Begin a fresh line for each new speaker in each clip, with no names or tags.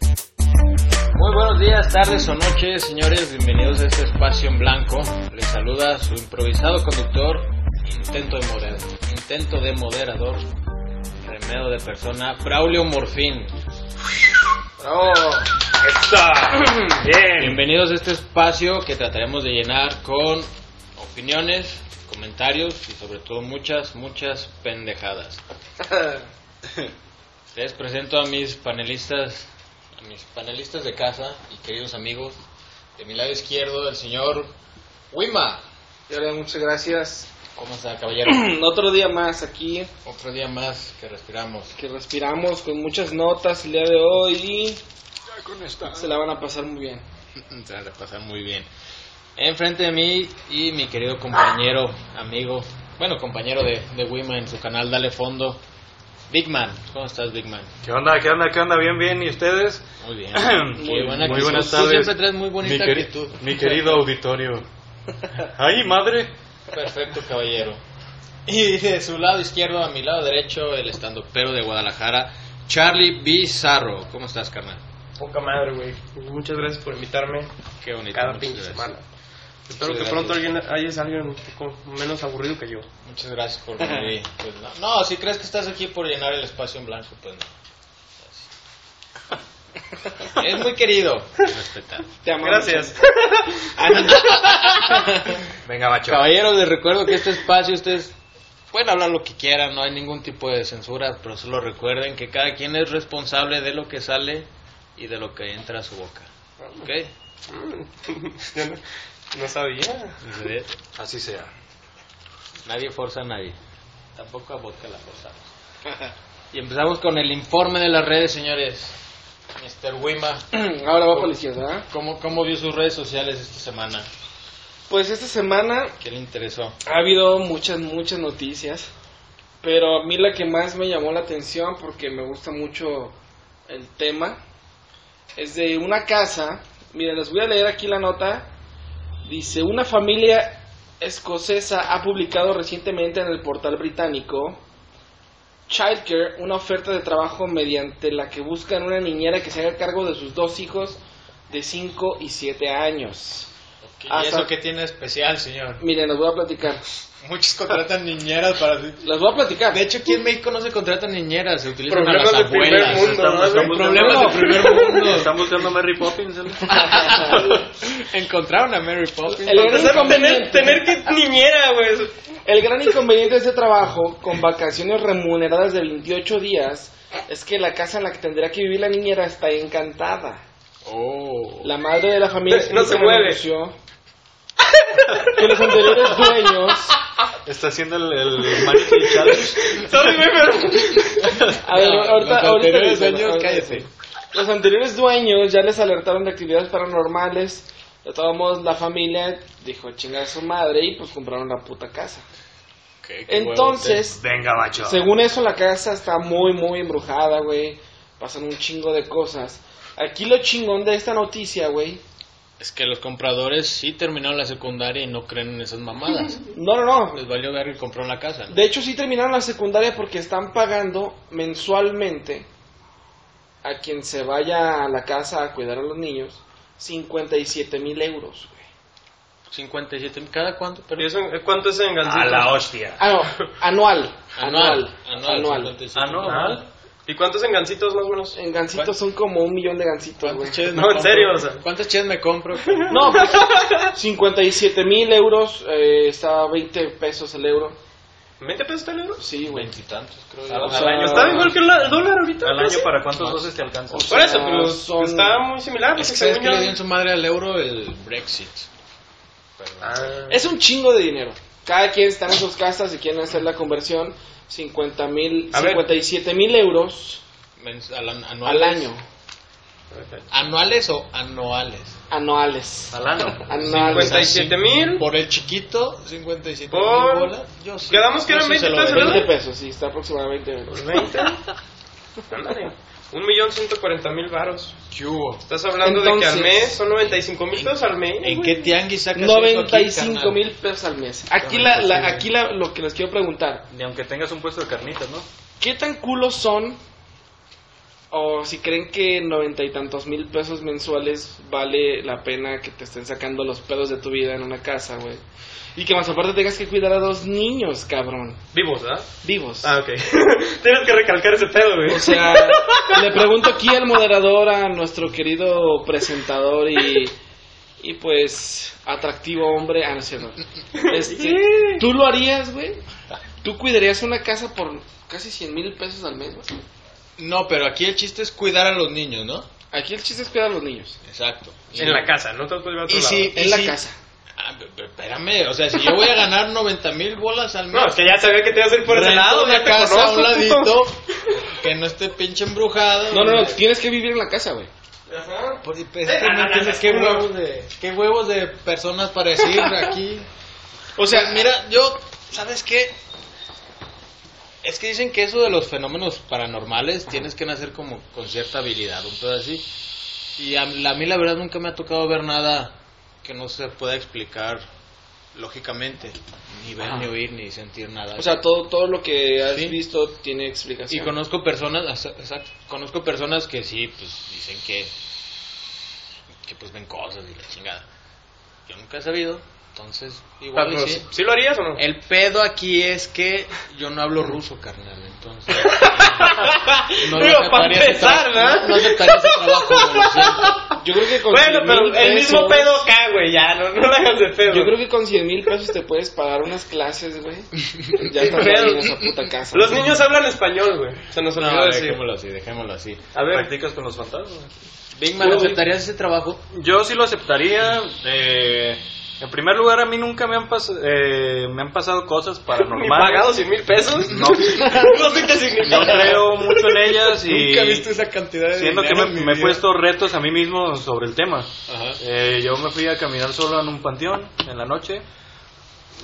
Muy buenos días, tardes o noches, señores. Bienvenidos a este espacio en blanco. Les saluda su improvisado conductor, intento de, moder- intento de moderador, remedio de persona, Braulio Morfín.
¡Bravo! ¡Está! ¡Bien!
Bienvenidos a este espacio que trataremos de llenar con opiniones, comentarios y sobre todo muchas, muchas pendejadas. Les presento a mis panelistas, a mis panelistas de casa y queridos amigos. De mi lado izquierdo, el señor Wima.
Y ahora muchas gracias.
¿Cómo está, caballero?
Otro día más aquí,
Otro día más que respiramos.
que respiramos con muchas notas el día de hoy y se la van a pasar muy bien.
Se la pasa muy bien. Enfrente de mí y mi querido compañero, amigo, bueno, compañero de, de Wima en su canal Dale Fondo, Big Man. ¿Cómo estás, Big Man?
¿Qué onda? ¿Qué onda? ¿Qué onda? Bien, bien. ¿Y ustedes?
Muy bien.
Muy-
Qué buena
muy
actitud.
buenas
Tú
tardes.
siempre traes muy bonita
mi, queri-
actitud.
mi querido auditorio. ¡Ay, madre!
Perfecto, caballero. Y de su lado izquierdo a mi lado derecho, el estandopero de Guadalajara, Charlie Bizarro. ¿Cómo estás, carnal?
Poca madre, güey. Muchas gracias por invitarme
Qué bonito.
cada
muchas
pinche
gracias.
semana. Espero
Muchas
que pronto
gracias.
alguien hayas alguien un poco menos aburrido que yo.
Muchas gracias por venir. y, pues, no, no, si crees que estás aquí por llenar el espacio en blanco, pues no. Es muy querido. Respetado.
Te amamos.
Venga, macho.
Caballeros, les recuerdo que este espacio ustedes pueden hablar lo que quieran, no hay ningún tipo de censura, pero solo recuerden que cada quien es responsable de lo que sale y de lo que entra a su boca. ¿Ok?
Yo no, no sabía.
Así sea.
Nadie forza a nadie. Tampoco a vodka la forzamos. Y empezamos con el informe de las redes, señores. Mr. Wima.
Ahora va por la izquierda, ¿ah?
¿Cómo, ¿Cómo vio sus redes sociales esta semana?
Pues esta semana
¿Qué le interesó?
ha habido muchas, muchas noticias. Pero a mí la que más me llamó la atención, porque me gusta mucho el tema, es de una casa. Miren, les voy a leer aquí la nota. Dice, una familia escocesa ha publicado recientemente en el portal británico Childcare, una oferta de trabajo mediante la que buscan una niñera que se haga cargo de sus dos hijos de 5 y 7 años.
¿Y
Hasta-
eso qué tiene de especial, señor?
Miren, les voy a platicar.
Muchos contratan niñeras para... De
Les voy a platicar.
hecho, aquí en México no se contratan niñeras, se utilizan
Problemas
a las
del primer
abuelas.
mundo,
Están-
¿no?
están
El
buscando-
Problemas del primer mundo.
Están buscando a Mary Poppins. ¿eh?
Encontraron a Mary Poppins.
El gran,
Empezar a tener,
inconveniente,
tener que niñera, güey.
el gran inconveniente de este trabajo, con vacaciones remuneradas de 28 días, es que la casa en la que tendrá que vivir la niñera está encantada.
Oh.
La madre de la familia
No se mueve.
anunció que los anteriores dueños
Está haciendo el, el Mannequin Challenge.
Sorry, güey, pero...
A ver,
No,
ahorita,
los
ahorita
anteriores
les-
dueños,
ahorita-
cállese.
Los anteriores dueños ya les alertaron de actividades paranormales. De todos modos, la familia dijo chingar a su madre y pues compraron la puta casa.
Qué- qué
Entonces,
Venga, macho.
según eso, la casa está muy, muy embrujada, güey. Pasan un chingo de cosas. Aquí lo chingón de esta noticia, güey.
huevote. Es que los compradores sí terminaron la secundaria y no creen en esas mamadas.
No, no, no.
Les valió ver y compraron la casa, ¿no?
De hecho, sí terminaron la secundaria porque están pagando mensualmente a quien se vaya a la casa a cuidar a los niños 57 mil euros. güey.
57 mil, ¿cada cuánto? Pero
¿Y eso, ¿Cuánto es en gancito?
hostia.
Ah, no, anual. Anual.
Anual.
Anual.
anual.
Anual.
Ah, ¿Y cuántos engancitos más o menos?
En gancitos son como un millón de gancitos, güey.
¿Cuántos chés me
No, en
compro?
serio, o sea.
¿Cuántos chés me compro?
No, pues, 57 mil euros, eh, está a 20 pesos el euro.
¿20 pesos está el euro?
Sí, güey.
Veintitantos, creo
Ah,
yo.
o sea,
año.
¿Está igual que el la- el dólar ahorita?
Al año
casi?
para cuántos doces te alcanza.
Por eso, pero
Son-
está muy similar.
Es
porque
que sabes
según
que
yo-
le dio en su madre al euro el Brexit.
Ah.
Es un chingo de dinero. Cada quien está en sus casas y quieren hacer la conversión. 50 mil,
A ver.
57 mil euros
Mens- al an-
al
anuales.
año,
¿Anuales o anuales?
anuales.
Al ano.
Anuales.
Cincuenta y- 57,000.
Por el chiquito, 57
Por-
mil bolas. Yo sí.
Quedamos que
Yo
eran
sí se
20
lo
pesos,
doy.
20 pesos, sí, está aproximadamente. euros.
¿20? Ándale. Un millón ciento cuarenta mil varos.
¿Qué hubo?
Estás hablando de
Entonces-
que al mes son 95 mil pesos al mes.
¿En
güey.
qué tianguis sacas eso aquí,
95
carnal?
mil pesos al mes. Aquí, la, la- aquí la- lo que les quiero preguntar:
Ni aunque tengas un puesto de carnitas, ¿no?
¿qué tan culos son? O si creen que noventa y tantos mil pesos mensuales vale la pena que te estén sacando los pedos de tu vida en una casa, güey. Y que más aparte tengas que cuidar a dos niños, cabrón.
Vivos, ¿verdad?
Vivos.
Ah, ok. Tienes que recalcar ese pedo, güey.
O sea, le pregunto aquí al moderador, a nuestro querido presentador y, y pues atractivo hombre. Ah, no es cierto. Este, ¿Tú lo harías, güey? ¿Tú cuidarías una casa por casi 100 mil pesos al mes, güey?
No, pero aquí el chiste es cuidar a los niños, ¿no?
Aquí el chiste es cuidar a los niños.
Exacto.
en la casa, no te lo puedes llevar a otro
Y
lado.
si-
En la
sí.
casa.
Ah, pe- pe- espérame, o sea, si yo voy a ganar 90 mil bolas al mes.
No, es que ya sabía que te ibas a ir por ese
rento
lado,
una
ya te
casa a
conozco,
un
puto.
ladito, que no esté pinche embrujado.
No, no, no,
Pues,
tienes que vivir en la casa, güey.
Ajá.
pues, es que
Eh,
no
no, no,
entiendes
no,
qué
no.
huevos de qué huevos de personas para decir aquí.
O
O sea,
sea,
Pues mira, yo, ¿sabes qué? Es que dicen que eso de los fenómenos paranormales tienes que nacer como con cierta habilidad, un todo así. Y a, la- a mí la verdad nunca me ha tocado ver nada que no se pueda explicar lógicamente, ni ver,
Ajá.
ni oír, ni sentir nada.
o sea, todo, todo lo que has
Sí.
visto tiene
y
explicación.
conozco personas, exa- exacto, conozco personas que sí, pues dicen que, que pues ven cosas y la chingada. Yo nunca he sabido, entonces
Ah,
igual y
pero
sí. Eh,
¿sí? ¿Sí lo harías o no?
El pedo aquí es que yo no hablo ruso, carnal, entonces. No,
Digo,
aceptaría
para
ese
empezar,
tra-
¿verdad?
No, no aceptaría ese trabajo, güey, lo siento.
Yo creo que con
Bueno,
100,000
pero el mismo
pesos-
pedo acá, güey, ya, no, no le hagas de pedo.
Yo creo que con 100 mil pesos te puedes pagar unas clases, güey. Ya
Sí,
estás
pero-
ahí en esa puta casa.
Los niños hablan español, güey. Se nos olvidó
No,
decir.
dejémoslo así, dejémoslo así.
A ver,
Practicas con los fantasmas.
Big Man, ¿aceptarías ese trabajo?
Yo sí lo aceptaría. eh, en primer lugar, a mí nunca me han, pas- eh, me han pasado cosas
ni
paranormales.
pagado 100 mil pesos.
No.
no sé qué significa.
No creo mucho en ellas y
Nunca he visto esa cantidad de
siendo que
dinero
me,
en mi
me he
vida.
puesto retos a mí mismo sobre el tema.
Ajá.
Eh, yo me fui a caminar solo en un panteón en la noche,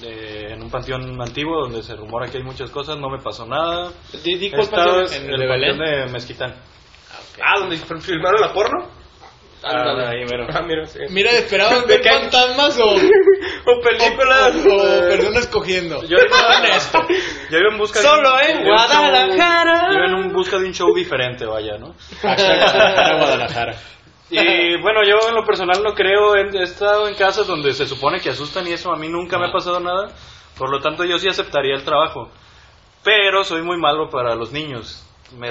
eh, en un panteón antiguo donde se rumora que hay muchas cosas, no me pasó nada.
Di- di cuál
Estaba
pasión
en
es.
el,
¿En el de Belén?
panteón de Mezquitán.
Ah, donde fil- filmaron la porno.
Ándale.
Ah, ahí mero.
Ah, mira, sí.
Mira, ¿esperaban
¿De
ver
qué?
fantasmas o, o,
O películas.
Oh,
o- o personas cogiendo?
Yo iba, oh. yo iba en busca
Solo
de un-
en
de un show-
Guadalajara.
Yo iba en un- busca de un show diferente, vaya, ¿no?
Hashtag Guadalajara.
Y bueno, yo en lo personal no creo, en- he estado en casas donde se supone que asustan y eso, a mí nunca
Ah.
me ha pasado nada, por lo tanto yo sí aceptaría el trabajo, pero soy muy malo para los niños, me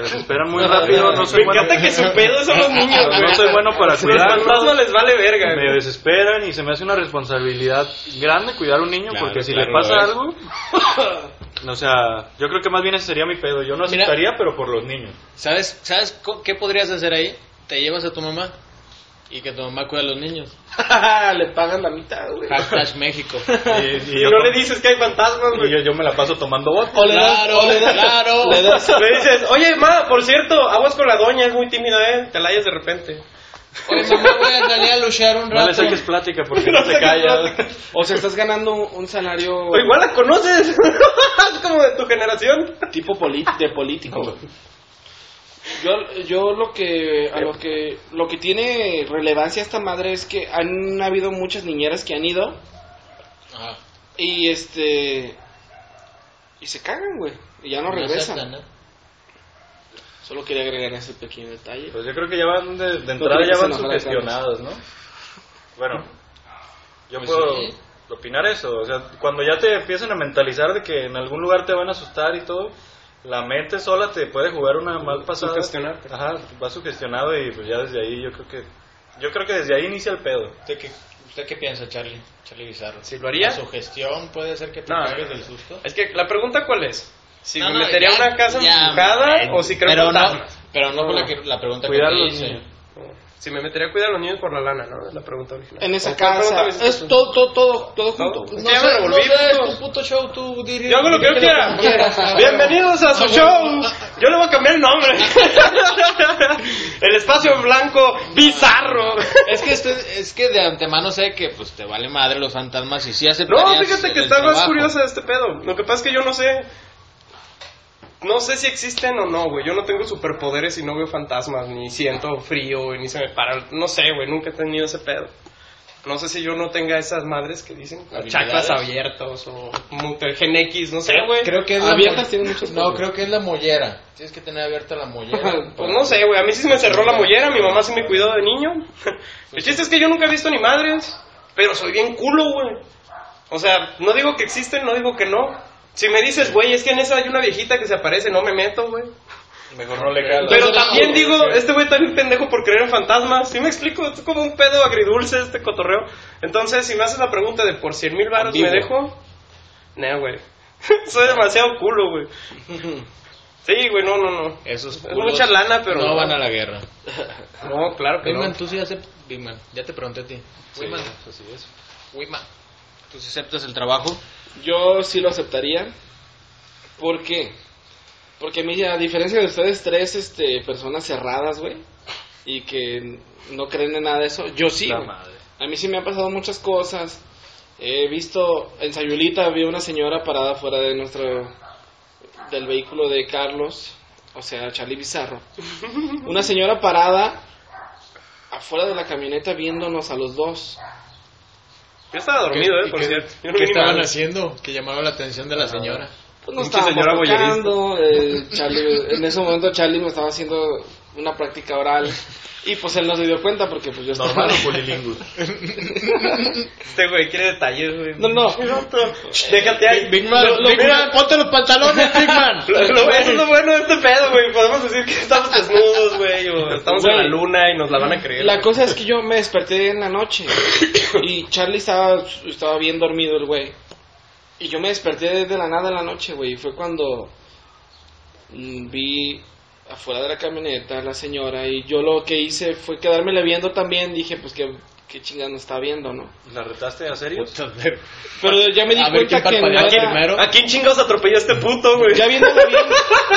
desesperan muy rápido, no
Me
soy bueno,
encanta que su pedo son los niños, güey.
no soy bueno para
Los fantasmas
cuidarlos,
les vale verga,
me
güey.
desesperan y se me hace una responsabilidad grande cuidar a un niño
Claro,
porque si
claro,
le pasa
lo es.
algo, o sea, yo creo que más bien ese sería mi pedo, yo no
Mira.
aceptaría, pero por los niños.
¿Sabes, ¿Sabes co- qué podrías hacer ahí? Te llevas a tu mamá y que tu mamá cuida a los niños.
le pagan la mitad, güey.
Hashtag México.
Y, y
Y
yo,
no le dices que hay fantasmas,
y
güey.
yo, yo me la paso tomando vodka.
le das-
Claro,
o le das-
claro.
le das-
Le dices, oye, ma, por cierto, aguas con la doña, es muy tímida, ¿eh? Te la hallas de repente.
Oye, mamá, voy a salir a luchar un
No
rato.
le saques plática porque
No
no se
saques
calla.
plática.
O sea, estás ganando un salario
O igual la conoces. es como de tu generación.
tipo poli- de político. güey. Yo, yo lo que a lo que lo que tiene relevancia esta madre es que han habido muchas niñeras que han ido
Ajá.
y este y se cagan, güey, y ya no regresan.
aceptan, ¿no?
Solo quería agregar ese pequeño detalle.
Pues yo creo que ya van de, de
No
entrada,
creo que
ya van
se enojaran
sugestionados, ¿no? Bueno, yo
Pues
puedo
sí.
opinar eso. O sea, cuando ya te empiezan a mentalizar de que en algún lugar te van a asustar y todo, la mente sola te puede jugar una mal pasada.
Sugestionarte.
Ajá, va sugestionado y pues ya desde ahí yo creo que. Yo creo que desde ahí inicia el pedo.
¿Usted qué, usted qué piensa, Charlie? Charlie Bizarro.
¿Sí lo haría?
¿La sugestión puede ser que te
No,
caigas
no,
del susto?
Es que la pregunta cuál es. Si
No,
me
no,
metería
ya-
una casa
ya,
embrujada
eh,
o si creo en
pero no,
fantasmas.
pero no por la, que- la pregunta
Cuidar
que te
los
hice.
niños.
Si me metería a cuidar a los niños por la lana, ¿no? Es la pregunta original.
En esa
¿O cuál
casa.
pregunta me
Es
hiciste?
todo, todo, todo, todo
¿No?
junto.
Es
No
que ya
sé,
me revolví,
no sé, es
puto.
tu puto show, tú diri-
Yo hago lo que yo
dirígelo
quiera.
como quieras.
Bienvenidos a su show. Yo le voy a cambiar el nombre. el espacio en blanco bizarro.
Es que, estoy- es que de antemano sé que pues te vale madre los fantasmas y si aceptarías
No, fíjate que
el
está más
trabajo.
curiosa de este pedo. Lo que pasa es que yo no sé. No sé si existen o no, güey. Yo no tengo superpoderes y no veo fantasmas, ni siento frío, ni se me para. No sé, güey. Nunca he tenido ese pedo. No sé si yo no tenga esas madres que dicen
Habilidades.
chakras abiertos o muter- gen X, no sé, güey.
Creo que es la
Abiertas
mo-
tienen muchos
No,
nombres.
creo que es la mollera. Tienes que tener abierta la mollera.
Pues no sé, güey. A mí sí se me cerró la mollera. Mi mamá sí me cuidó de niño. El chiste es que yo nunca he visto ni madres. Pero soy bien culo, güey. O sea, no digo que existen, no digo que no. Si me dices, güey, es que en esa hay una viejita que se aparece, no me meto, güey.
Mejor no le caes.
Pero también digo, este güey está bien pendejo por creer en fantasmas. ¿Sí me explico? Es como un pedo agridulce este cotorreo. Entonces, si me haces la pregunta de por 100 mil baros me
Ambiguo.
dejo, nah, güey. Soy demasiado culo, güey. Sí, güey, no, no, no.
Esos
Es
culos
mucha lana, pero
No
no.
van a la guerra.
No, claro que
Wiman,
no.
tú sí aceptas. Wiman, ya te pregunté a ti. Wiman,
así es.
Wiman, ¿tú sí aceptas el trabajo?
Yo sí lo aceptaría. ¿Por qué? Porque a mí, a diferencia de ustedes tres, este, personas cerradas, güey, y que no creen en nada de eso, yo sí,
La
güey.
madre.
A mí sí me han pasado muchas cosas. He visto, en Sayulita había una señora parada fuera de nuestro, del vehículo de Carlos, o sea, Charlie Bizarro. Una señora parada afuera de la camioneta viéndonos a los dos.
Yo estaba dormido,
¿Qué-
eh,
y
por
qué-
cierto. Yo
¿Qué
no vi Ah, ni
estaban
madres.
haciendo? Que llamaron la atención de la señora.
Pues nos
Pinche
estábamos
señora
tocando, eh, Charlie- en ese momento Charlie me estaba haciendo una práctica oral y pues él no se dio cuenta porque pues yo estaba...
Normal o polilingus.
Este güey quiere detalles, güey.
No, no.
Déjate ahí.
Big Man,
Lo- lo-
Big
mira,
Man, ponte los pantalones, Big Man.
Lo, lo- eso es lo bueno de este pedo, güey. Podemos decir que estamos desnudos, güey. O estamos en la
Güey.
luna y nos la van a creer.
La
güey.
cosa es que yo me desperté en la noche y Charlie estaba, estaba bien dormido el güey. Y yo me desperté desde la nada en la noche, güey. Y fue cuando mm, vi afuera de la camioneta a la señora y yo lo que hice fue quedármela viendo también. Dije, pues qué, qué chingada está viendo, ¿no?
¿La retaste a serio?
Pues,
Pero ya me di
A ver,
cuenta
¿quién
que no
parpadea
era-
primero?
¿A quién chingados atropelló este puto, güey?
Ya viéndola bien,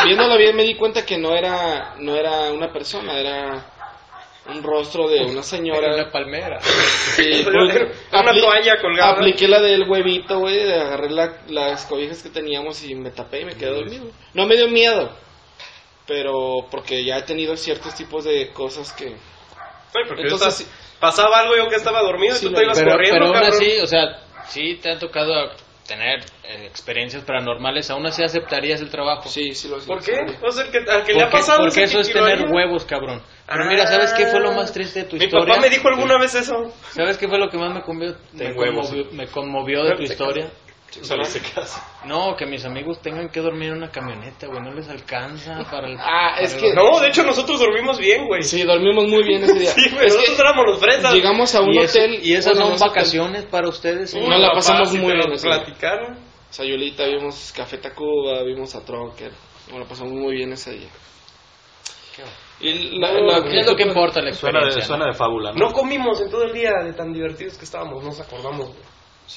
viéndola bien me di cuenta que no era, no era una persona, era un rostro de una
Era
señora.
una palmera.
Sí, pues,
Era una toalla colgada.
Apliqué la del huevito, güey, de agarré la- las cobijas que teníamos y me tapé y me quedé dormido. No me dio miedo, pero porque ya he tenido ciertos tipos de cosas que...
Güey, porque
Entonces,
estás- pasaba algo yo que estaba dormido
Sí,
y tú
lo-
te ibas
Pero,
corriendo,
pero aún
cabrón.
así, o sea, sí te han tocado tener eh, experiencias paranormales, aún así aceptarías el trabajo.
Sí, sí lo
¿Por qué? O sea, el que, al que le ha
Porque-
pasado
Porque
ese
eso es
chiquillo
tener
ahí.
huevos, cabrón. Pero mira, ¿sabes qué fue lo más triste de tu
Mi
historia?
papá me dijo alguna vez eso.
¿Sabes qué fue lo que más me conmovió? Me
huevos.
conmovió, me conmovió de tu
Te
historia.
Solo se casa.
No, que mis amigos tengan que dormir en una camioneta, güey. No les alcanza para el...
Ah, es que...
No, de hecho nosotros dormimos bien, güey. Sí,
Sí, dormimos muy bien ese día.
güey,
Es que
nosotros éramos los fresas.
llegamos a un
y, eso-
hotel...
y esas
bueno,
son
no es hotel.
vacaciones para ustedes.
Uy,
señor.
No la
papá,
pasamos
sí
muy
te
bien
lo
ese día.
platicaron.
Sayulita, vimos Café Tacuba, vimos a Trocker. Bueno, pasamos muy bien ese día. Y la- la-
¿Qué es lo que importa la
Suena
experiencia?
de, suena de fábula, ¿no?
No comimos en todo el día de tan divertidos que estábamos, nos acordamos, güey.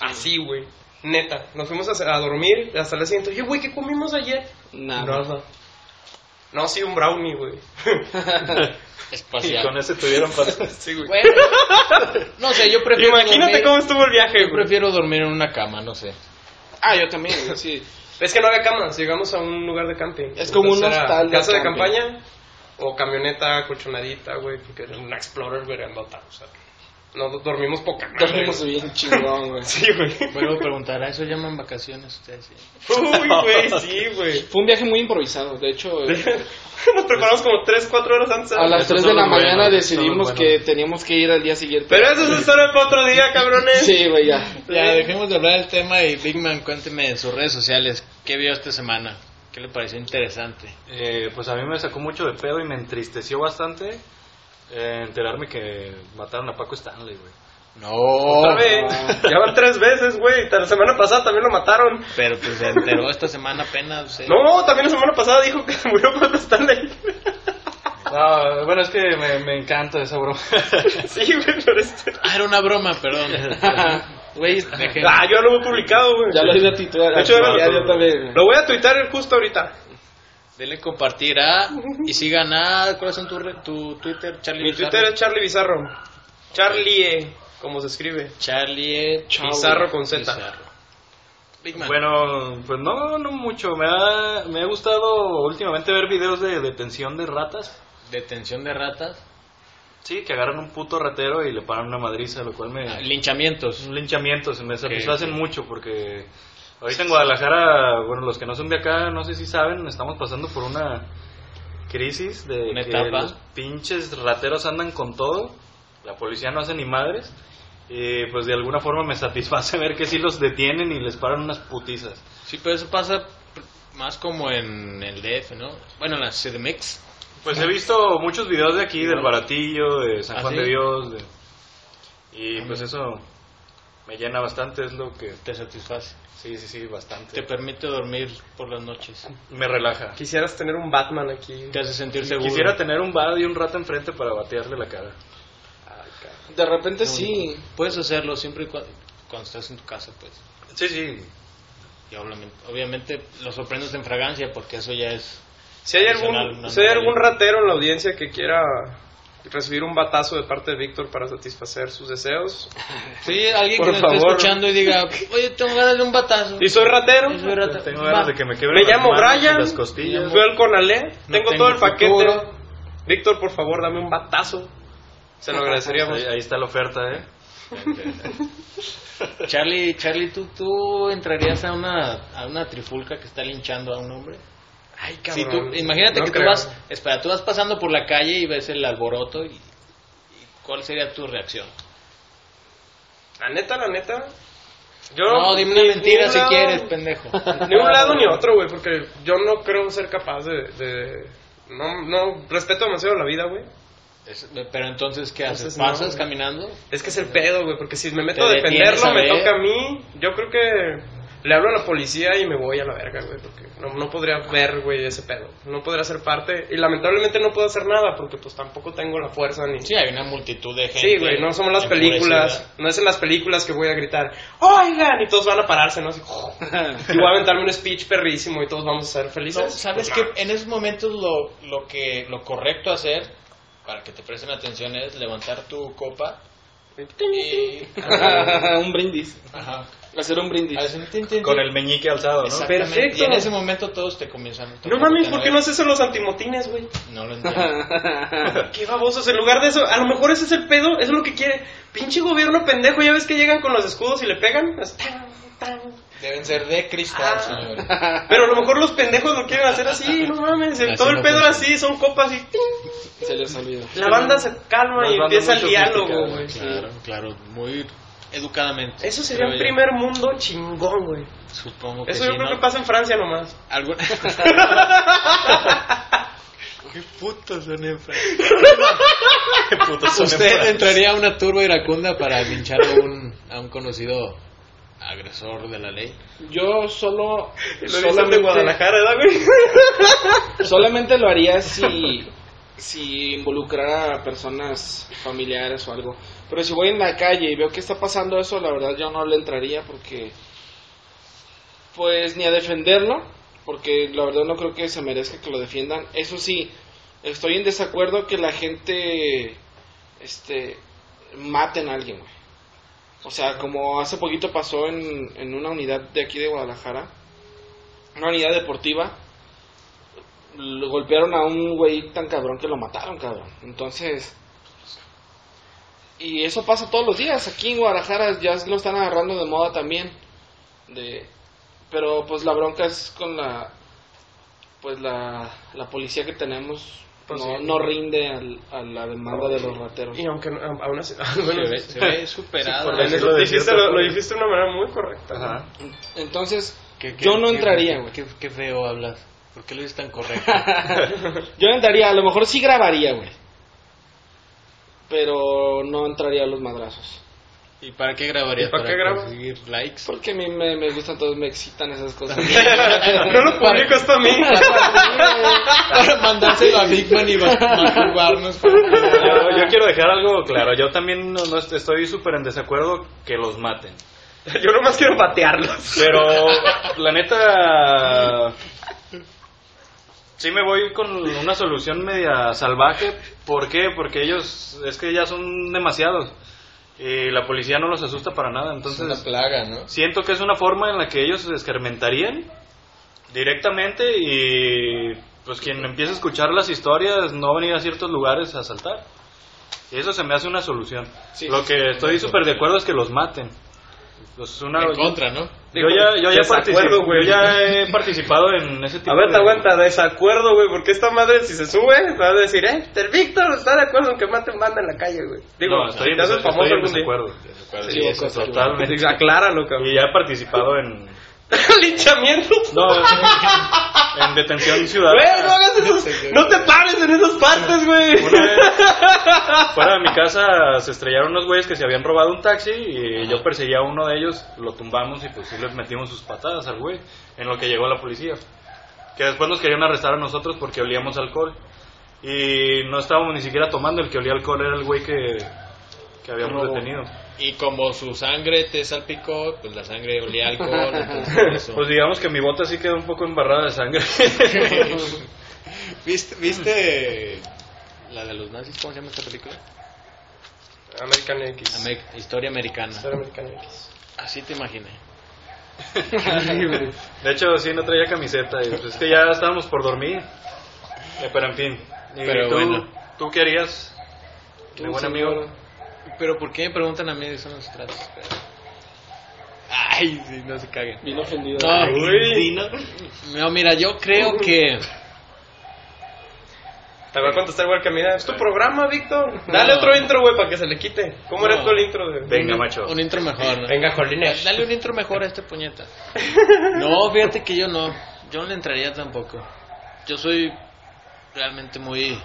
Así, güey. Neta, nos fuimos a, a dormir hasta el siguiente. Oye, güey, ¿qué comimos ayer?
Nada.
Nada. No, sí, un brownie, güey.
Y con
Espacial.
ese tuvieron paz.
sí, güey.
Bueno, no sé, yo prefiero
Imagínate
dormir-
cómo estuvo el viaje,
Yo
güey.
prefiero dormir en una cama, no sé.
Ah, yo también, sí.
Es que no había camas, llegamos a un lugar de camping.
Es como un
era
hostal de
Casa de
camping.
campaña o camioneta colchonadita, güey, porque era una Explorer verandota, o sea. No dormimos poca madre.
Dormimos bien chingón, güey.
Sí, güey.
Vuelvo a preguntar, ¿a eso llaman vacaciones ustedes? sí?
Uy, güey, sí, güey.
Fue un viaje muy improvisado. De hecho, eh,
Nos preparamos como 3, 4 horas antes.
a las
Esos
3
son
de la
los
mañana
buenos,
decidimos
son los
que
buenos.
teníamos que ir al día siguiente.
Pero eso es historia para otro día, cabrones.
Sí, güey, ya.
Ya, dejemos de hablar del tema y Big Man, cuénteme en sus redes sociales, ¿qué vio esta semana? ¿Qué le pareció interesante?
Eh, pues a mí me sacó mucho de pedo y me entristeció bastante eh, enterarme que mataron a Paco Stanley, güey.
No,
Otra
Oh,
vez. Ya van tres veces, güey. La semana pasada también lo mataron.
pero pues se enteró esta semana apenas. eh.
No, también la semana pasada dijo que se murió Paco Stanley.
Ah, bueno, es que me, me encanta esa broma.
Sí, güey, pero este...
Ah, era una broma, perdón. Güey, dejé-
Ah, yo lo he publicado, güey.
Ya lo iba a titular. Ah,
De hecho, ya lo-
ya yo también.
Lo voy a tuitar justo ahorita.
Denle compartir a. Y sigan a. ¿Cuáles son tu, re- tu Twitter, Charlie?
Mi
Bizarro?
Twitter es Charlie Bizarro. Charlie, eh, como se escribe.
Charlie Chau-
Bizarro con Z.
Bizarro. Big Man.
bueno, pues no, no mucho. Me ha, me ha gustado últimamente ver videos de detención de ratas.
Detención de ratas.
Sí, que agarran un puto ratero y le paran una madriza, lo cual
Ah,
me...
Linchamientos.
un linchamiento, se me satisfacen
Ok.
mucho porque ahorita en Guadalajara, bueno, los que no son de acá, no sé si saben, estamos pasando por una crisis de
Una
que
etapa.
los pinches rateros andan con todo, la policía no hace ni madres, y pues de alguna forma me satisface ver que sí los detienen y les paran unas putizas.
Sí, pero eso pasa más como en el DF, ¿no? Bueno, en la CDMX.
Pues he visto muchos videos de aquí, del Baratillo, de San
¿Ah,
Juan
sí?
de Dios, de- y pues eso me llena bastante, es lo que...
Te satisface.
Sí, sí, sí, bastante.
Te permite dormir por las noches.
Me relaja.
Quisieras tener un Batman aquí.
Te hace sentir seguro.
Quisiera tener un bad y un rato enfrente para batearle la cara.
De repente sí.
Puedes hacerlo siempre y cuando, cuando estás en tu casa, pues.
Sí, sí.
Y obviamente, obviamente lo sorprendes en fragancia porque eso ya es...
Si hay
Adicional,
algún,
una
si hay algún
novela.
ratero en la audiencia que quiera recibir un batazo de parte de Víctor para satisfacer sus deseos.
Sí, alguien
Por
que nos esté
favor.
escuchando y diga, oye, tengo ganas de un batazo.
Y soy ratero.
Y soy ratero.
Tengo
Va.
ganas de que me quebren
Me
las
llamo
manos y
Brian.
las costillas.
Fui al Conalé. tengo,
tengo
todo el paquete.
futuro.
Víctor, por favor, dame un batazo. Se lo agradeceríamos.
Ahí, ahí está la oferta, ¿eh?
Charlie, Charlie, ¿tú, ¿tú entrarías a una, a una trifulca que está linchando a un hombre?
Ay,
Si
cabrón.
tú, imagínate
No
que tú
creo.
vas, espera, tú vas pasando por la calle y ves el alboroto y, y ¿cuál sería tu reacción?
La neta, la neta. Yo
No, dime una
ni-
mentira
ni un
si
lado-
quieres, pendejo.
Ni un lado ni otro, güey, porque yo no creo ser capaz de. de- no, no, respeto demasiado la vida, güey.
Es- Pero entonces, ¿qué haces?
Entonces, no,
¿Pasas
güey.
caminando?
Es que es el pedo, güey, porque si me meto
Te
a
detienes
defenderlo,
a
me
ver.
toca a mí. Yo creo que le hablo a la policía y me voy a la verga, güey, porque no, no podría ver, güey, ese pedo. No podría ser parte. Y lamentablemente no puedo hacer nada, porque pues tampoco tengo la fuerza ni.
Sí, hay una multitud de gente.
Sí, güey, no somos las
enfurecida.
películas. No es en las películas que voy a gritar, oigan, y todos van a pararse, ¿no? Así, y voy a aventarme un speech perrísimo y todos vamos a ser felices.
No, ¿Sabes
Pues,
que
no.
En esos momentos lo, lo, que, lo correcto hacer, para que te presten atención, es levantar tu copa y...
un brindis.
Ajá.
Hacer un brindis.
Haces un tin, tin,
Con
tin.
el meñique alzado, ¿no?
Exactamente.
Perfecto.
Y en ese momento todos te comienzan a
No mames, ¿por qué no haces eso los antimotines, güey?
No lo entiendo.
Ah, Qué babosos, en lugar de eso, a lo mejor ese es el pedo, eso es lo que quiere. Pinche gobierno pendejo, ya ves que llegan con los escudos y le pegan. así, tan, tan.
Deben ser de cristal,
Ah.
señores.
Pero a lo mejor los pendejos lo quieren hacer así, no mames. el-
Así
todo
no
el pedo era
funciona.
así, son copas y ting.
Se les olvidó.
La banda se calma
Las
y
bandas
empieza el
mucho
diálogo,
criticadas,
güey.
Claro, claro, muy educadamente.
Eso sería un
creo yo.
primer mundo chingón, güey.
Supongo que
Eso
sí,
yo creo
¿no?
que pasa en Francia nomás.
Algún- Qué putos son en Francia.
Qué puto son en
¿Usted
Francia.
entraría a una turba iracunda para linchar a un, a un conocido agresor de la ley?
Yo solo.
Lo dicen de
Solamente,
Guadalajara, ¿verdad, güey?
solamente lo haría si. Si involucrara a personas familiares o algo. Pero si voy en la calle y veo que está pasando eso, la verdad yo no le entraría porque. Pues ni a defenderlo, porque la verdad no creo que se merezca que lo defiendan. Eso sí, estoy en desacuerdo que la gente. Este. Maten a alguien, güey. O sea, como hace poquito pasó en, en una unidad de aquí de Guadalajara, una unidad deportiva, lo golpearon a un güey tan cabrón que lo mataron, cabrón. Entonces, y eso pasa todos los días. Aquí en Guadalajara ya lo están agarrando de moda también. De, pero pues la bronca es con la, pues la, la policía que tenemos.
Pues
no,
sí.
no rinde al- a la demanda de los rateros.
Y aunque no- aún así.
Se
bueno,
ve, se ve superado.
por
en eso
decirlo de
dijiste
cierta
lo, lo
forma.
dijiste de una manera muy correcta.
Ajá.
Entonces,
¿Qué- qué-
yo no
qué-
entraría, güey.
Qué, qué feo hablas. ¿Por qué lo dices tan correcto?
Yo entraría, a lo mejor sí grabaría, güey. Pero no entraría a los madrazos.
¿Y para qué grabarías?
¿Y para qué grabas?
conseguir likes.
Porque a mí me, me gustan todos, me excitan esas cosas.
No lo publico esto a mí.
Para mandárselo a Big Man y masturbarnos.
Yo, yo quiero dejar algo claro. Yo también no, no est- estoy súper en desacuerdo que los maten.
Yo nomás quiero patearlos.
Pero la neta. Sí me voy con una solución media salvaje. ¿Por qué? Porque ellos. Es que ya son demasiados. Y la policía no los asusta para nada.
Es una
Entonces.
plaga, ¿no?
Siento que es una forma en la que ellos se escarmentarían directamente y pues quien empiece a escuchar las historias no va a venir a ciertos lugares a asaltar. Y eso se me hace una solución.
Sí,
Lo
sí,
que estoy súper de acuerdo es que los maten. Los- una-
En contra, ¿no?
yo ya, yo ya
Desacuerdo,
participo-
güey.
yo ya he participado en ese tipo
A ver,
de...
te aguanta, desacuerdo, güey, porque esta madre si se sube, te va a decir, eh, el Víctor está de acuerdo en que maten banda en la calle, güey. Digo,
No, estoy
si
en
te haces
desa-
famoso
estoy en
algún día.
desacuerdo.
Sí,
Sí,
eso
cosas,
es
güey.
total.
Totalmente.
Acláralo, cabrón.
Y ya he participado en...
Linchamiento.
No, en detención ciudadana.
Güey, no hagas esos. No te pares en esas partes, güey.
Una vez, fuera de mi casa se estrellaron unos güeyes que se habían robado un taxi y yo perseguía a uno de ellos, lo tumbamos y pues sí les metimos sus patadas al güey, en lo que llegó la policía. Que después nos querían arrestar a nosotros porque olíamos alcohol. Y no estábamos ni siquiera tomando, el que olía alcohol era el güey que, que habíamos
Robó.
detenido.
Y como su sangre te salpicó, pues la sangre olía a alcohol, entonces por eso.
Pues digamos que mi bota sí quedó un poco embarrada de sangre.
¿Viste, ¿Viste la de los nazis? ¿Cómo se llama esta película?
American X.
Ame- Historia americana.
Ser American X.
Así te imaginé.
De hecho, sí, no traía camiseta. y, pues, es que ya estábamos por dormir. Eh, Pero en fin. Y
Pero
tú,
bueno.
¿Tú qué harías? Mi buen amigo.
Pero ¿por qué me preguntan a mí de eso no se trata? Ay, sí, no se caguen.
Bien ofendido.
No,
Uy.
no, mira, yo creo que...
Te voy a contestar igual que a mí. Es tu programa, Víctor. Dale
No.
otro intro, güey, para que se le quite. ¿Cómo
No.
era todo el intro? güey?
Venga, macho.
Un intro mejor, ¿no?
Venga, Jolines.
Dale un intro mejor a este puñeta. No, fíjate que yo no. Yo no le entraría tampoco. Yo soy realmente muy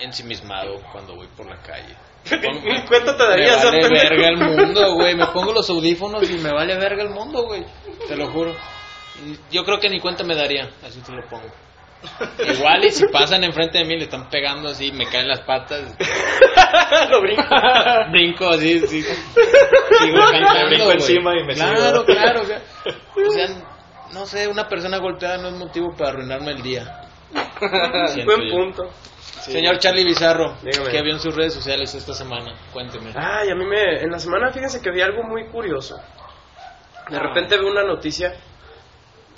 ensimismado cuando voy por la calle.
Ni cuenta te
Me
darías,
vale
pendejo.
verga el mundo, güey. Me pongo los audífonos y me vale verga el mundo, güey. Te lo juro. Yo creo que ni cuenta me daría, así te lo pongo. Igual y si pasan enfrente de mí, le están pegando así, me caen las patas,
Lo brinco.
brinco así, sí. Sigo cantando,
brinco
güey.
encima y me sigo.
Claro, claro. O sea, o sea, no sé, una persona golpeada no es motivo para arruinarme el día. Siento
Buen
yo.
punto.
Señor Charlie Bizarro,
Dígame. Ah,
que había en sus redes sociales esta semana? Cuénteme.
Ay, a mí me. En la semana, fíjense que vi algo muy curioso. De
Ah.
repente veo una noticia,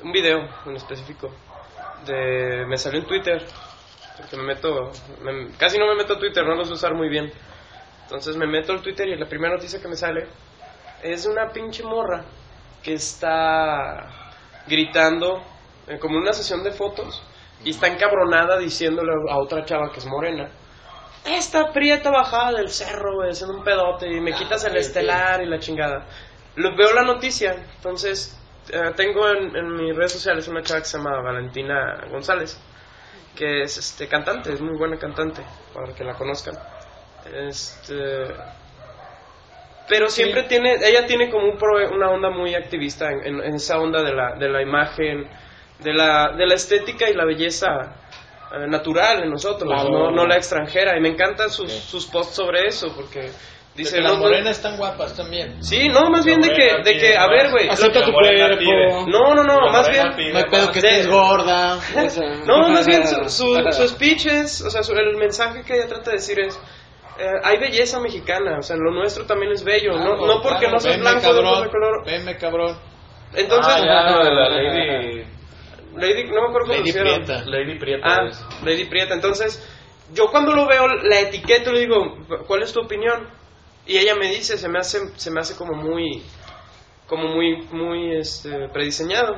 un video en específico. De, me salió en Twitter. Porque me meto. me- casi no me meto a Twitter, no lo sé usar muy bien. Entonces me meto al Twitter y la primera noticia que me sale es una pinche morra que está gritando eh, como en una sesión de fotos y está encabronada diciéndole a otra chava que es morena. Esta prieta bajada del cerro, güey, haciendo un pedote y me quitas el estelar y la chingada. Lo, veo la noticia, entonces eh, tengo en, en mis redes sociales una chava que se llama Valentina González, que es este cantante, es muy buena cantante, para que la conozcan. Este, pero siempre tiene, ella tiene como un pro- una onda muy activista en, en- en esa onda de la, de la imagen, de la, de la estética y la belleza eh, natural en nosotros,
Claro.
no, no la extranjera. Y me encantan sus, sus posts sobre eso, porque dice...
las
no, no-
morenas están guapas también.
Sí, no, más bien de que, de que a ver, güey.
Acepta
La
tu
morena
cuerpo.
pide.
No, no, no, más bien...
No hay pedo que estés
Sí.
gorda.
No, más bien su, su, su speech es, o sea, su- el mensaje que ella trata de decir es, eh, hay belleza mexicana, o sea, lo nuestro también es bello,
Ah,
no, no porque no seas
Venme,
blanco de ojos de color.
Venme, cabrón.
Entonces,
Ah, la Lady,
Lady, no me acuerdo cómo
Lady
se llama.
Prieta.
Lady Prieta.
Ah,
es.
Lady Prieta. Entonces, yo cuando lo veo, la etiqueta y le digo, ¿cuál es tu opinión? Y ella me dice, se me hace, se me hace como muy, como muy, muy este, prediseñado.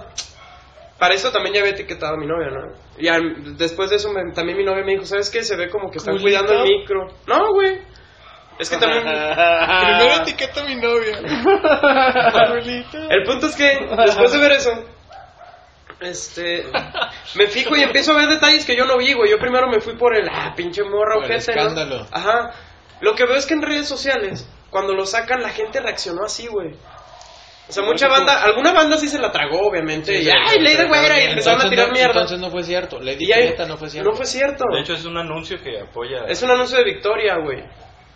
Para eso también ya había etiquetado a mi novia, ¿no? Y al- después de eso me- también mi novia me dijo, ¿sabes qué? Se ve como que están
¿Culito?
cuidando el micro. No, güey. Es que también...
Primero etiqueta a mi novia.
El punto es que después de ver eso, Este, me fijo y empiezo a ver detalles que yo no vi, güey. Yo primero me fui por el, ah, pinche morra,
Por el
ojete, ¿no?
escándalo.
Ajá. Lo que veo es que en redes sociales, cuando lo sacan, la gente reaccionó así, güey. O sea, mucha banda, alguna banda sí se la tragó, obviamente. y, ay, ley de güera, y empezaron a
Entonces
tirar
no-
mierda.
Entonces no fue cierto. Le
y
dije,
ahí,
neta, no fue cierto.
No fue cierto.
De hecho, es un anuncio que apoya
es un anuncio de victoria, güey.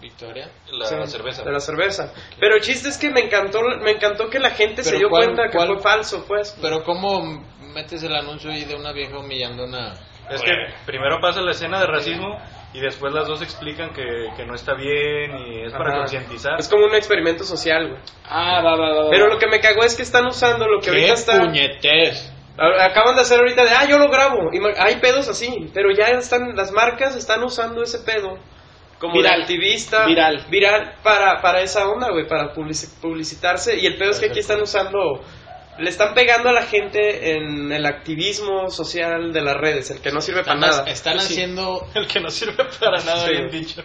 Victoria.
la
Sí,
cerveza.
De la cerveza. Pero el chiste es que me encantó, me encantó que la gente se
Pero
dio
¿cuál-
cuenta que
cuál-
fue falso, pues.
Pero ¿cómo metes el anuncio ahí de una vieja humillando a una...
Es que primero pasa la escena de racismo y después las dos explican que, que no está bien y es para
Ajá.
concientizar.
Es como un experimento social, güey.
Ah, va, va, va, va.
Pero lo que me cagó es que están usando lo que ahorita está.
puñetes!
a- Acaban de hacer ahorita de, ah, yo lo grabo. Y ma- hay pedos así, pero ya están, las marcas están usando ese pedo. Como
Viral.
de activista.
Viral.
Viral para, para esa onda, güey, para publici- publicitarse. Y el pedo es que aquí
Perfecto.
están usando. Le están pegando a la gente en el activismo social de las redes, el que no sirve
Están,
para nada.
están
Sí.
haciendo
El que no sirve para nada,
Sí.
bien dicho.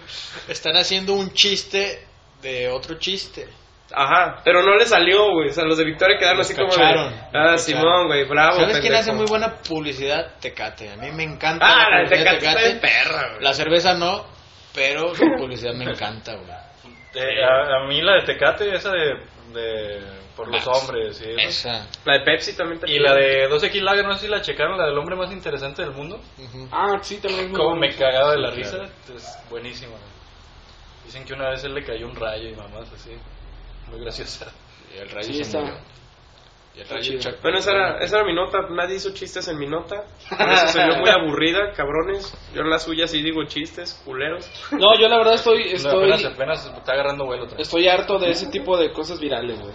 están haciendo un chiste de otro chiste.
Ajá, pero no le salió, güey. O sea, los de Victoria quedaron
Los
así
cacharon,
como de.
los
Ah,
cacharon.
Simón, güey, bravo.
¿Sabes quién
pendejo".
hace muy buena publicidad? Tecate. A mí me encanta.
Ah, la
publicidad
Tecate está bien perra, güey.
La cerveza no, pero la publicidad me encanta, güey.
Eh, a, a mí la de Tecate, esa de, de por los
Max.
hombres. ¿sí?
Esa.
La de Pepsi también. te-
Y la de 2X Lager, no sé si la checaron, la del hombre más interesante del mundo.
Ujú.
Ah, sí, también es muy
Como
bueno.
me cagaba de la
Sí,
risa,
claro.
es buenísimo. Dicen que una vez él le cayó un rayo y mamás así. Muy graciosa.
Y el rayo
Sí,
se
está.
murió. Y el
Está
rayo
chido.
Chuck-
Bueno, esa era, esa era mi nota. Nadie hizo chistes en mi nota. Por eso se vio muy aburrida, cabrones. Yo en la suya sí digo chistes, culeros.
No, yo la verdad estoy,
No,
estoy,
apenas, apenas está agarrando vuelo. otra vez.
estoy harto de ese tipo de cosas virales, güey.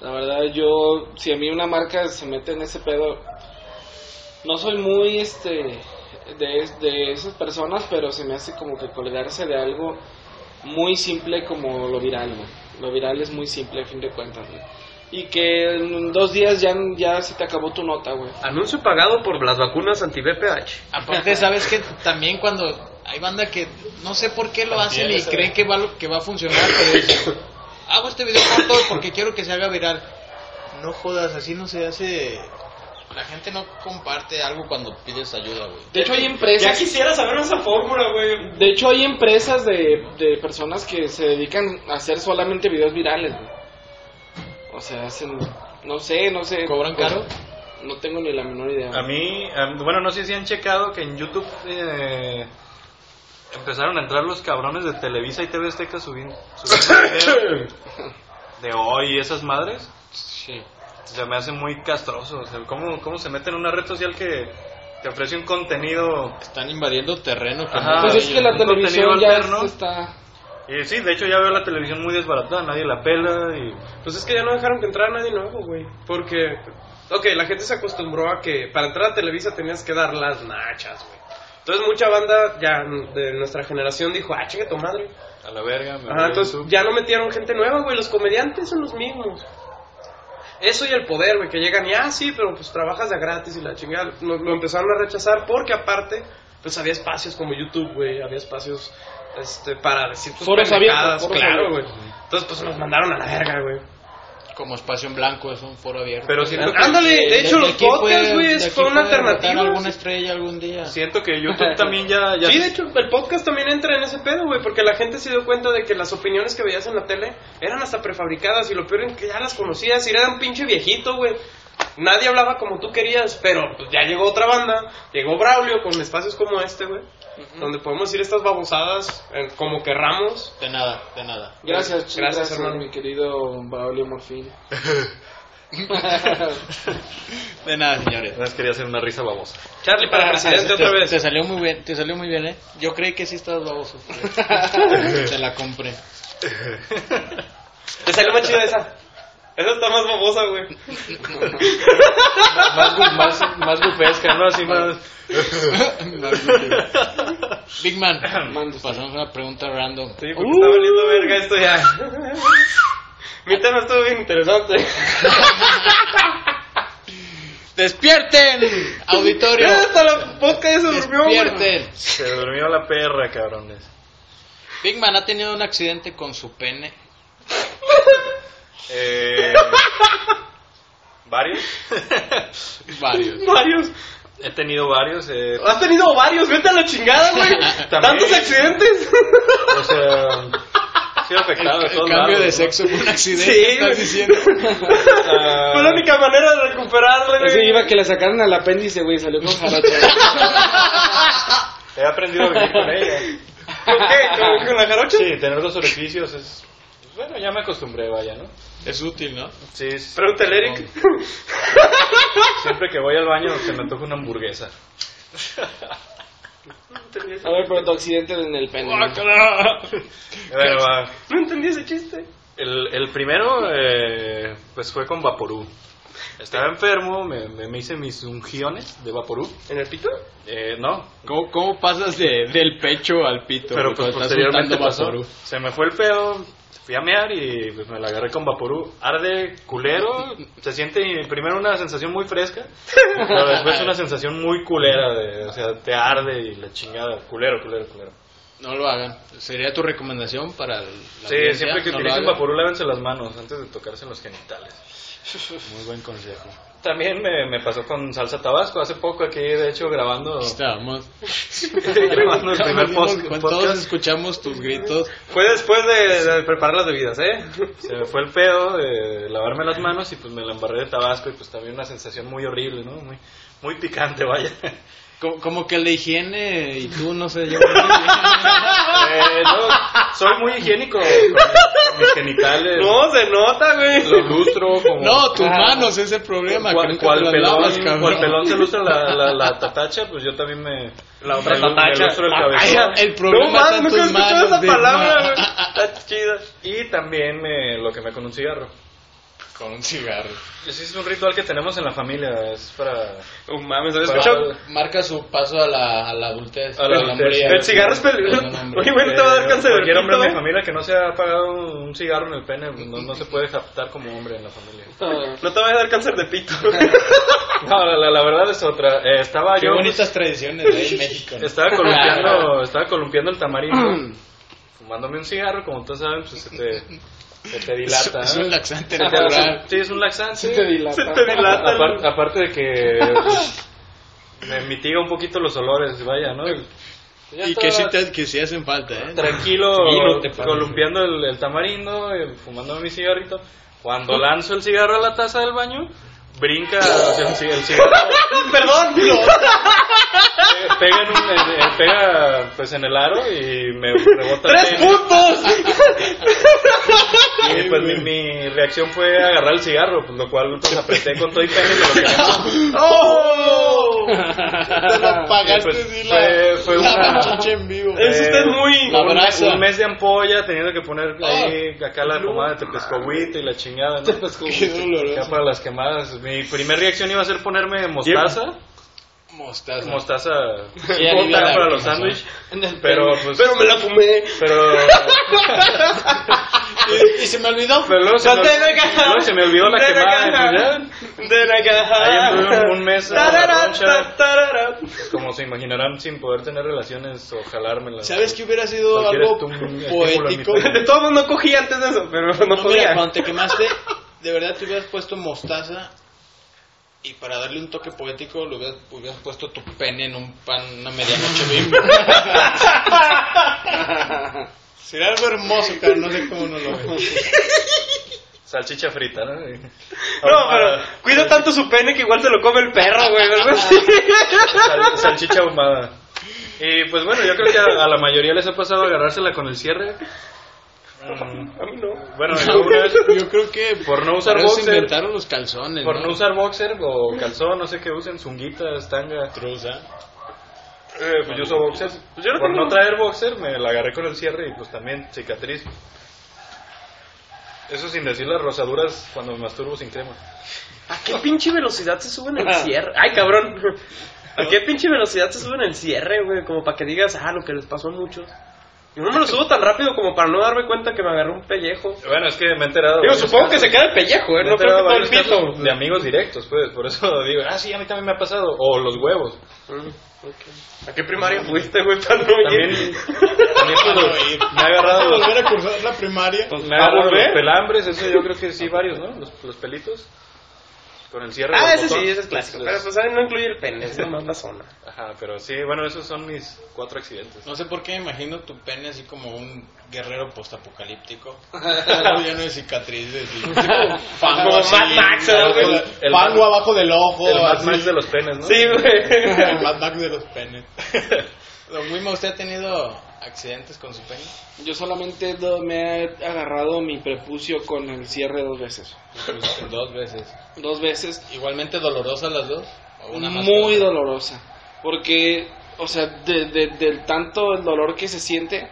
La verdad, yo, si a mí una marca se mete en ese pedo, no soy muy, este, de, es- de esas personas, pero se me hace como que colgarse de algo muy simple como lo viral, güey. Lo viral es muy simple, a fin de cuentas, güey. Y que en dos días ya, ya se te acabó tu nota, güey.
Anuncio pagado por las vacunas anti-VPH.
Aparte, sabes que también cuando hay banda que no sé por qué lo hacen y
esa.
creen que va, lo- que va a funcionar, pero es, hago este video corto porque quiero que se haga viral. No jodas, así no se hace. La gente no comparte algo cuando pides ayuda, güey.
De hecho, hay empresas...
quisiera saber esa fórmula, güey.
De hecho, hay empresas de, de personas que se dedican a hacer solamente videos virales, güey. O sea, hacen. No sé, no sé.
¿Cobran caro?
No tengo ni la menor idea.
A mí, a- bueno, no sé si han checado que en YouTube eh, empezaron a entrar los cabrones de Televisa y TV Azteca subiendo, subiendo videos de hoy y esas madres.
Sí.
Se me hace muy castroso. O sea, ¿cómo, cómo se mete en una red social que te ofrece un contenido?
Están invadiendo terreno. que
Ajá.
no
Pues
era
es que
ellos,
la
un
¿no?
televisión
contenido
ya
alterno.
se está.
Y sí, de hecho ya veo la televisión muy desbaratada, nadie la pela y...
Pues es que ya no dejaron que entrara nadie nuevo, güey. Porque, ok, la gente se acostumbró a que para entrar a Televisa tenías que dar las nachas, güey. Entonces mucha banda ya de nuestra generación dijo, ah, chinga tu madre.
A la verga, me voy
Ajá,
a
entonces
YouTube.
ya no metieron gente nueva, güey. Los comediantes son los mismos. Eso y el poder, güey, que llegan y, ah, sí, pero pues trabajas de gratis y la chingada. Lo, lo empezaron a rechazar porque aparte, pues había espacios como YouTube, güey. Había espacios este, para decir tus
Foros
pendejadas,
abiertos, foros
claro, güey.
abiertos.
Entonces, pues nos mandaron a la verga, güey.
Como espacio en blanco, es un foro abierto.
Pero
Ah,
siento que,
Ándale, de hecho, los
aquí
podcasts,
puede-
güey, es-
de aquí
fue una
puede brotar
alternativa,
alguna
sí.
estrella algún día.
siento que YouTube también ya... ya
Sí, de hecho, el podcast también entra en ese pedo, güey, porque la gente se dio cuenta de que las opiniones que veías en la tele eran hasta prefabricadas y lo peor es que ya las conocías y era un pinche viejito, güey. Nadie hablaba como tú querías, pero pues, ya llegó otra banda, llegó Braulio con espacios como este, güey, donde podemos ir estas babosadas eh, como querramos.
De nada, de nada.
Gracias, gracias,
Gracias, hermano.
hermano. Mi querido Braulio Morfín.
De nada, señores.
Nada más quería hacer una risa babosa.
Charlie para presidente otra
te,
vez.
te salió muy bien, te salió muy bien, ¿eh? Yo creí que sí estabas baboso. te la compré.
Te salió más chida esa. Esa está más babosa, güey.
más, gu- más, más bufesca, ¿no? Así más...
Big Man,
Mande usted.
pasamos a una pregunta random.
Sí, porque está valiendo verga esto ya. Mi tema estuvo bien interesante.
¡Despierten! Auditorio.
Ya Eh, hasta la boca ya se durmió, güey.
Despierten.
Se durmió la perra, cabrones.
Big Man ha tenido un accidente con su pene.
Eh, Varios.
Varios.
Varios.
He tenido varios. eh,
Has tenido varios, vete a la chingada, güey.
También.
Tantos accidentes.
o sea, he sido afectado de
El,
todos
cambio
lados,
de
¿no?
sexo fue un accidente,
Sí,
estás
güey.
diciendo.
Ah,
Fue la única manera de recuperarle,
Eso
güey.
iba a que le sacaran al apéndice, güey, salió con jaracha.
He aprendido a vivir con ella.
¿Con qué? ¿Con, con la jarocha?
Sí, tener dos orificios es. pues, Bueno, ya me acostumbré, vaya, ¿no?
Es útil, ¿no?
Sí, sí,
Pregúntale, a Eric.
siempre que voy al baño se me antoja una hamburguesa.
A ver, pero tu accidente en el pene.
Ah,
¿no?
Bueno, va.
No entendí ese chiste.
ah, El, el primero, eh, pues fue con Vaporú. Estaba enfermo, me, me, me hice mis ungiones de Vaporú.
¿En el pito?
Eh, no,
¿Cómo, cómo pasas de, del pecho al pito?
pero
güey,
pues
cuando estás
posteriormente
untando
pasó.
Vaporub?
Se me fue el pedo, fui a mear y pues me la agarré con Vaporú. Arde, culero, se siente primero una sensación muy fresca, pero después una sensación muy culera, de, o sea, te arde y la chingada, culero, culero, culero.
No lo hagan. Sería tu recomendación para el- la
Sí,
audiencia,
siempre que
no lo
utilicen
hagan.
Vaporú lávense las manos antes de tocarse los genitales.
Muy buen consejo.
También me, me pasó con salsa tabasco hace poco aquí, de hecho, grabando,
Estábamos.
grabando el primer post-
Cuando todos
podcast.
escuchamos tus gritos.
Fue después de, de preparar las bebidas, ¿eh? Se me fue el pedo de lavarme las manos y pues me la embarré de tabasco y pues también una sensación muy horrible, ¿no? Muy, muy picante, vaya.
Como, como que la higiene y tú no se llevan muy bien.
Eh, no, soy muy higiénico con, con mis genitales.
No, se nota, güey.
Lo lustro como...
No, tus manos es el problema. que
ah, Cual,
nunca
cual
te las
pelón,
lavas, cabrón.
cual pelón se lustra la, la, la tatacha, pues yo también me... La
otra tatacha.
lustro el
Ay,
cabezón.
Ah, El problema
no más,
está en
nunca he
tus
escuchado
manos.
esa
de-
palabra, güey.
Ah, ah,
Está chida.
Y también me, lo quemé con un cigarro.
ah, Con un cigarro.
Ese Pues es un ritual que tenemos en la familia, es para...
Oh, mames, ¿sabes
Para-
qué?
Marca su paso a la, a la adultez.
A la adultez.
hombría.
El cigarro es peligroso.
Con un hombre.
Oye, güey, no te va a dar
Eh,
cáncer
Cualquier
de
hombre
pito,
en mi
güey.
familia que no se ha pagado un cigarro en el pene pues, no, no se puede captar como hombre en la familia.
Ah,
No te va a dar cáncer de pito.
No, la, la- la verdad es otra. Eh, estaba
Ah, Qué
yo.
bonitas tradiciones ahí en México. ¿no?
Estaba columpiando, estaba columpiando el tamarindo, fumándome un cigarro, como todos saben, pues se te, se te
Es,
dilata.
es un laxante
Se te-
natural.
Sí, es un laxante.
Se te dilata.
Se te dilata. el-
Apar- aparte de que pues, me mitiga un poquito los olores, vaya, ¿no?
Y que sí, te, que sí hacen falta, ¿eh? Sí,
tranquilo
no te pases.
columpiando el, el tamarindo, eh, fumándome mi cigarrito. Cuando lanzo el cigarro a la taza del baño, brinca o sea, el, ci- el cigarro,
Perdón.
pe- pega, en un- eh, eh, pega, pues en el aro y me rebota. el
¡Tres
pene.
puntos!
Y pues mi, mi reacción fue agarrar el cigarro, pues, lo cual pues apreté con todo y pene y me lo quedé.
¡Oh!
Te lo pagaste
Pues,
sí,
fue-
la,
fue
la
una-
manchicha en vivo.
Es usted
Eh,
muy. Ah.
La
un,
brasa.
un mes de ampolla teniendo que poner ahí acá la pomada de tepescohuite y la chingada, ¿no?
Qué doloroso.
Acá para las quemadas. Mi primer reacción iba a ser ponerme mostaza.
Mostaza.
Mostaza.
Sí, alivia
Bota
la
para los
quemazón.
sándwiches. Pero, pues.
Pero me la fumé.
Pero.
Y, y se me olvidó.
pero luego se me,
Ponte la caja.
luego se me olvidó la
Ponte la
quemada.
caja.
entonces,
De la caja.
Ahí anduve un- un mes en la
Tarara,
roncha.
tarara.
ya, como se imaginarán, sin poder tener relaciones o jalármelas.
¿Sabes que hubiera sido
Cualquier
algo
estum- estímulo en mi
poético?
De todos modos no cogí antes de eso, pero no
No, mira,
podía.
cuando te quemaste, de verdad te hubieras puesto mostaza y para darle un toque poético le hubieras, hubieras puesto tu pene en un pan una medianoche bimbo. Sería algo hermoso, cara, no sé cómo no lo ves.
Salchicha frita, ¿no?
No, pero cuida tanto su pene que igual se lo come el perro, güey, ¿verdad?
Sal- salchicha ahumada. Y pues bueno, yo creo que a, a la mayoría les ha pasado agarrársela con el cierre. Mm,
A mí no.
Bueno, yo una vez,
Yo creo que
Por no usar
para eso
boxer.
inventaron los calzones,
por no
¿no?
usar boxer o calzón, no sé qué usen, zunguitas, tanga.
Trusa.
Eh, pues yo uso boxer.
yo no
por
tengo-
no traer boxer, me la agarré con el cierre y pues también cicatriz. Eso sin decir las rosaduras cuando me masturbo sin crema.
¿A qué pinche velocidad se suben el cierre? Ay, cabrón. ¿A qué pinche velocidad se suben el cierre, güey? Como para que digas, ah, lo que les pasó a muchos. Yo no me lo subo tan rápido como para no darme cuenta que me agarró un pellejo.
Bueno, es que me he enterado.
Digo,
varios
supongo que
casos.
se queda el pellejo, ¿eh?
Me he
No creo que
enterado
todo el
varios casos
pito.
de amigos directos, pues. Por eso digo, ah, sí, a mí también me ha pasado. O los huevos.
Mm, ok. ¿A qué primaria fuiste, güey, para no
También,
ir?
también pues, los- me ha agarrado los,
volver a cursar la primaria.
me ha agarrado
¿A volver?
los pelambres, eso yo creo que sí, varios, ¿no? Los, los pelitos. Con el cierre
Ah,
del
ese
botón.
sí, ese es clásico. Pero pues ¿saben? no incluye el pene, es nomás la zona.
Ajá, pero sí, bueno, esos son mis cuatro accidentes.
No sé por qué me imagino tu pene así como un guerrero postapocalíptico. Todo lleno de cicatrices. Y, fango
Como
así,
Mad Max, ¿no,
abajo
güey?
de-
El
fango
Mad-
abajo del ojo.
el Mad
así.
Max de los penes, ¿no?
Sí, güey.
El Mad Max de los penes. Don Wimo, ¿usted ha tenido accidentes con su pene?
Yo solamente do- me he agarrado mi prepucio con el cierre dos veces.
Pues, Dos veces.
Dos veces.
¿Igualmente dolorosas las dos? ¿O una más
muy
dolorosa?
dolorosa. Porque, o sea, de, de- del tanto el dolor que se siente,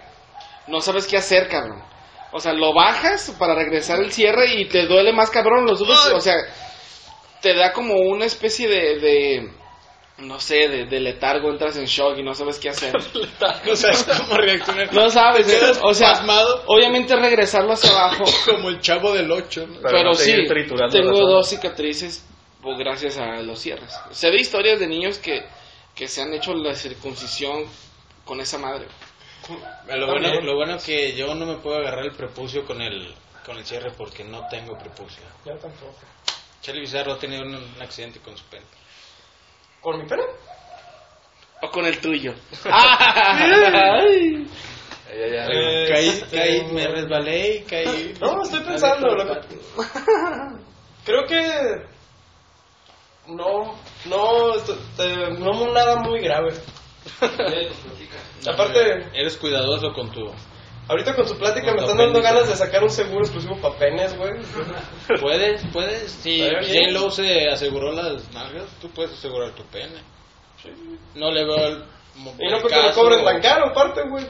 no sabes qué hacer, cabrón. O sea, lo bajas para regresar el cierre y te duele más, cabrón. Lo subes, o sea, te da como una especie de. de no sé, de, de letargo, entras en shock y no sabes qué hacer.
No sabes cómo reaccionar.
No sabes, ¿eh?
Te quedas
o sea,
pasmado.
obviamente regresarlo hacia abajo.
Como el chavo del 8.
Para
pero
no
sí,
seguir triturando la
tengo
zona.
dos cicatrices pues, gracias a los cierres. Se ve historias de niños que, que se han hecho la circuncisión con esa madre.
Eh, Lo bueno, lo bueno que yo no me puedo agarrar el prepucio con el, con el cierre porque no tengo prepucio. Yo tampoco. Charlie Bizarro ha tenido un, un accidente con su pene.
¿Con mi pene?
O con el tuyo. Ah.
Ay, ay, ay.
Eh,
caí,
este,
caí, me resbalé y caí.
No, estoy pensando. lo que- Creo que. No, no, esto- eh, no nada muy grave. Aparte,
Eres cuidadoso con tu...
ahorita con su plática me
Con tu
están dando
apéndice.
ganas de sacar un seguro exclusivo para penes, güey.
¿Puedes? ¿Puedes? Si
Está bien.
J-Lo se aseguró las nalgas, tú puedes asegurar tu pene. No le veo el...
Y no
el
porque me
caso.
cobren tan caro, aparte, güey.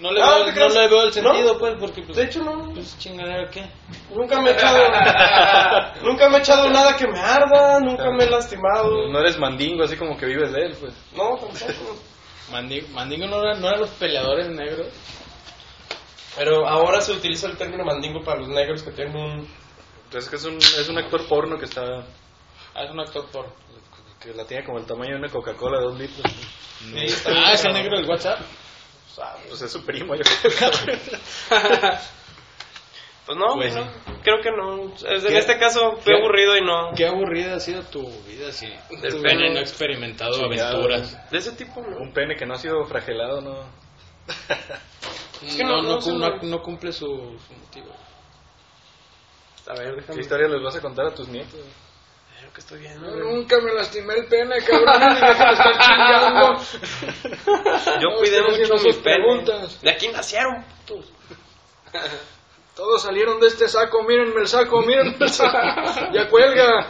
No le,
No,
veo,
no te
el- no
creas.
le veo el
¿No?
sentido, pues, porque... Pues,
De hecho, no.
pues chingadera, ¿qué?
Nunca me he echado. nunca me he echado nada que me arda, nunca me he lastimado.
No eres mandingo, así como que vives de él, pues.
No, tampoco.
Mandingo, Mandingo no, era- no eran los peleadores negros.
Pero ahora se utiliza el término mandingo para los negros que tienen un.
Entonces que Pues es un, es un actor porno que está...
Ah, es un actor por.
Que la tiene como el tamaño de una Coca-Cola de dos litros.
Sí, está
Ah,
bien,
es el
¿no?
negro del WhatsApp.
Pues es su primo, yo creo.
Pues no,
Pues
no,
sí.
creo que no. Es- En
¿Qué?
este caso fue
¿Qué?
aburrido y no.
Qué aburrida ha sido tu vida si
Del
tu
pene.
pene no ha experimentado
Chingado.
aventuras.
De ese tipo no.
un pene que no ha sido fragelado, ¿no?
Es que
no,
no-
no,
no sé,
cum- no-
güey.
no cumple su, su motivo.
A ver, déjame.
¿Qué historia les vas a contar a tus nietos?
Creo que estoy bien.
Nunca me lastimé el pene, cabrón.
chingando. Yo
No,
cuidé
estoy
mucho
haciendo
mi
sus
pene.
preguntas.
¿De aquí nacieron? putos?
Todos salieron de este saco, mírenme el saco, mírenme el saco. Ya cuelga.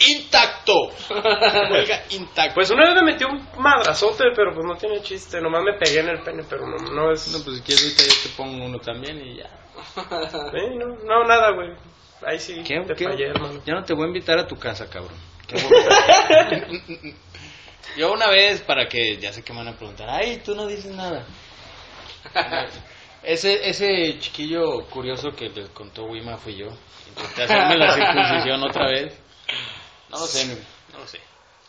intacto. Cuelga intacto.
Pues una vez me metí un madrazote, pero pues no tiene chiste. Nomás me pegué en el pene, pero no, no es.
No, pues si quieres ahorita yo te pongo uno también y ya.
Eh, no, no, nada, güey. Ahí sí
¿Qué?
te
¿Qué?
fallé, hermano.
Ya no te voy a invitar a tu casa, cabrón. Yo una vez, para que ya sé que me van a preguntar, ay, tú no dices nada. Ese, ese chiquillo curioso que les contó Wima fui yo. Intenté hacerme la circuncisión otra vez. No lo sé, no lo sé.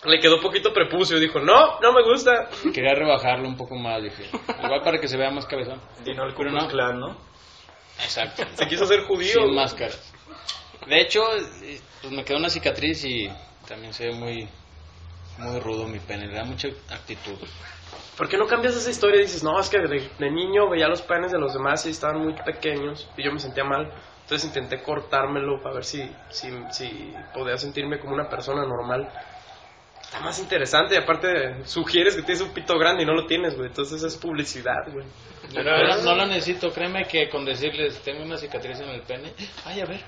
Le quedó poquito prepucio y dijo, no, no me gusta.
Quería rebajarlo un poco más, dije. Igual para que se vea más cabezón.
Dino el
Pero
Ku Klux
no.
Klan, ¿no?
Exacto.
Se quiso hacer judío.
Sin
güey.
máscaras. De hecho, eh, pues me quedó una cicatriz y también se ve muy, muy rudo mi pene. Le da mucha actitud.
¿Por qué no cambias esa historia? Dices, no, es que de, de niño veía los panes de los demás y estaban muy pequeños y yo me sentía mal. Entonces intenté cortármelo para ver si, si, si podía sentirme como una persona normal. Está más interesante y aparte sugieres que tienes un pito grande y no lo tienes, güey. Entonces es publicidad, güey.
Pero no lo necesito, créeme que con decirles tengo una cicatriz en el pene, ay a ver,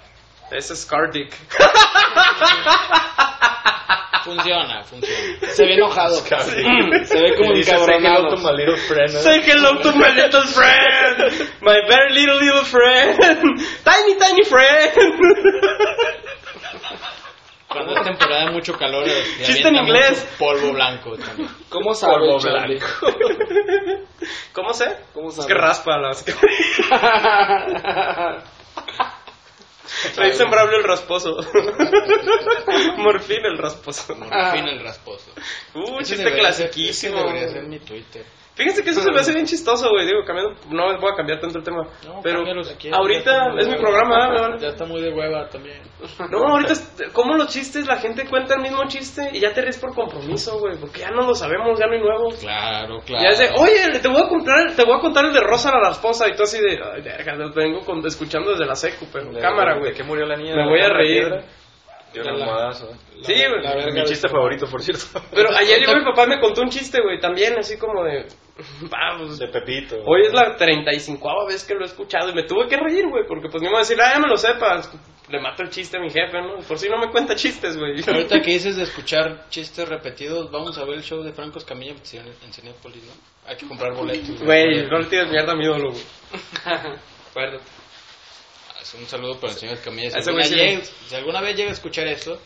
Es Scar Dick.
funciona, funciona.
Se ve enojado. Se ve como
Y dice, "Say hello to
encabronado.
my little friend", ¿no?
Say hello to my little friend. My very little little friend. Tiny, tiny friend.
Cuando es temporada de mucho calor, le
Chiste
avientan
en inglés.
mucho polvo blanco también.
¿Cómo sabe,
Polvo
Charlie?
¿Cómo sé?
¿Cómo
Es
sabe?
que raspa las. Le dicen Braulio el rasposo. Morfín el rasposo.
Morfina el rasposo.
Uh,
Ese
chiste
debería ser- ese
clasiquísimo.
debería ser mi Twitter.
Fíjense que eso se me hace bien chistoso, güey. Digo, cambiando, no voy a cambiar tanto el tema.
No,
pero
cámbialo si quieres, ya
ahorita
está
es mi
muy-
programa, ¿verdad?
Ya está muy de hueva también.
No, ahorita, es- ¿cómo los chistes? La gente cuenta el mismo chiste y ya te ríes por compromiso, güey, porque ya no lo sabemos, ya no hay nuevos.
Claro, claro.
Ya es de, oh, oye, te voy a comprar, te voy a contar el de Rosa a la esposa y tú así de, ay, verga, lo vengo con- escuchando desde la secu, pero cámara, güey.
¿De qué murió la niña?
Me
¿De
voy a
la
reír.
piedra? De un
La-
almohadazo.
Sí, güey.
La verga
Mi
de-
chiste favorito, por cierto.
Pero ayer yo, mi papá me contó un chiste, güey, también así como de, vamos.
De Pepito.
Hoy es la 35 vez que lo he escuchado y me tuve que reír, güey, porque pues ni modo de decir, ah, ya me lo sepas. Le mato el chiste a mi jefe, ¿no? Por si no me cuenta chistes, güey.
Ahorita que dices de escuchar chistes repetidos, vamos a ver el show de Franco Escamilla en Cine- en Cinépolis, ¿no? Hay que comprar boletos.
Güey, no le tires mierda a mi ídolo, güey. Acuérdate.
Haz Un saludo para el señor Escamilla. Si
Ese
alguna,
güey sí le-
llega- si alguna vez llega a escuchar esto,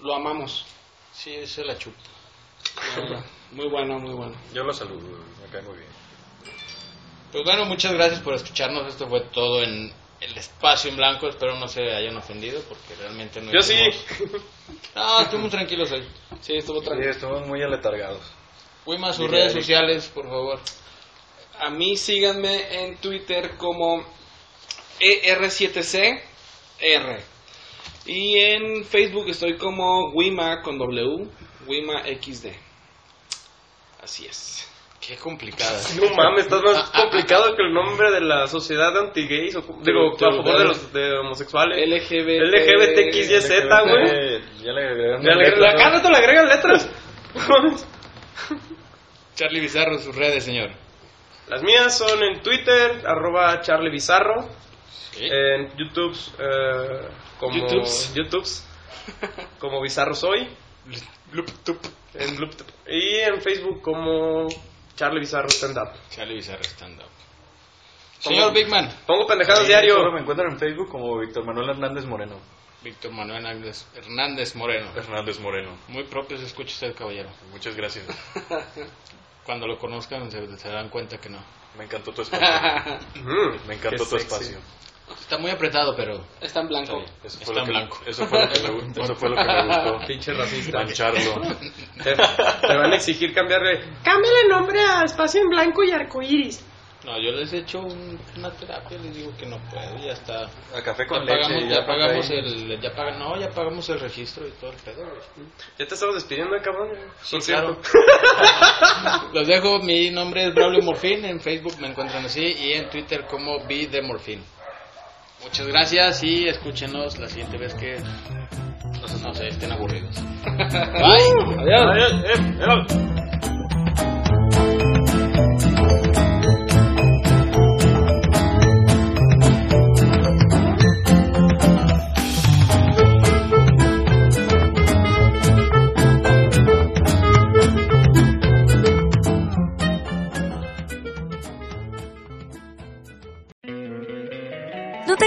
Lo amamos.
sí, se la chupo.
la verdad. Muy bueno, muy bueno.
Yo lo saludo, me cae muy bien.
Pues bueno, muchas gracias por escucharnos. Esto fue todo en el espacio en blanco. Espero no se hayan ofendido porque realmente no.
Yo sí.
hicimos- No, estuvimos tranquilos hoy.
Sí, estuvo
Sí,
tranquilo.
estamos muy aletargados.
Wima, sus
Diría
redes
Eric.
sociales, por favor.
A mí síganme en Twitter como E ER7CR. Y en Facebook estoy como Wima con W, Wima XD. Así es.
Qué complicada.
No mames, estás más complicado que el nombre de la sociedad anti-gays. o como- Digo, a favor de los de homosexuales.
LGBT.
LGBTQIZ,
Ah,
güey.
Eh, Ya le agregaron.
Ya le-
letras,
Acá
¿no?
no te le agregan letras.
Charlie Bizarro, sus redes, señor.
Las mías son en Twitter, arroba Charlie Bizarro.
Sí.
En YouTube, eh, como.
YouTubes.
YouTubes, como Bizarro Soy. En Bloop- y en Facebook, como Charlie Bizarro Stand Up.
Charlie Bizarro Stand Up.
¿Cómo?
Señor Bigman.
Pongo pendejadas
Sí,
diario.
Solo me encuentran en Facebook como Víctor Manuel Hernández Moreno.
Víctor Manuel Hernández, Hernández Moreno.
Hernández Moreno.
Muy propio se escucha usted, caballero.
Muchas gracias.
Cuando lo conozcan se, se darán cuenta que no.
Me encantó tu espacio.
Mm,
Me encantó
qué
tu
sexy.
espacio.
Está muy apretado, pero
Está en blanco.
Está
Eso
Está
fue, lo
en
que,
blanco.
Eso, fue lo que me, gu- eso fue lo que me gustó.
Pinche racista.
Mancharlo.
Te, te van a exigir cambiarle.
Cámbiale el nombre a Espacio en Blanco y Arcoíris.
No, yo les he hecho un- una terapia, les digo que no puedo, ya está.
A café
Ya
con
pagamos,
leche. y
ya
ya
pagamos
café.
el, ya paga- no, ya pagamos el registro y todo el pedo. güey.
Ya te estamos despidiendo, cabrón.
Sí,
Por cierto.
Los dejo, mi nombre es Braulio Morfín, en Facebook me encuentran así y en Twitter como B de Morfín. Muchas gracias y escúchenos la siguiente vez que no, no sé, estén aburridos. Bye.
Adiós, eh, adiós.
¿No te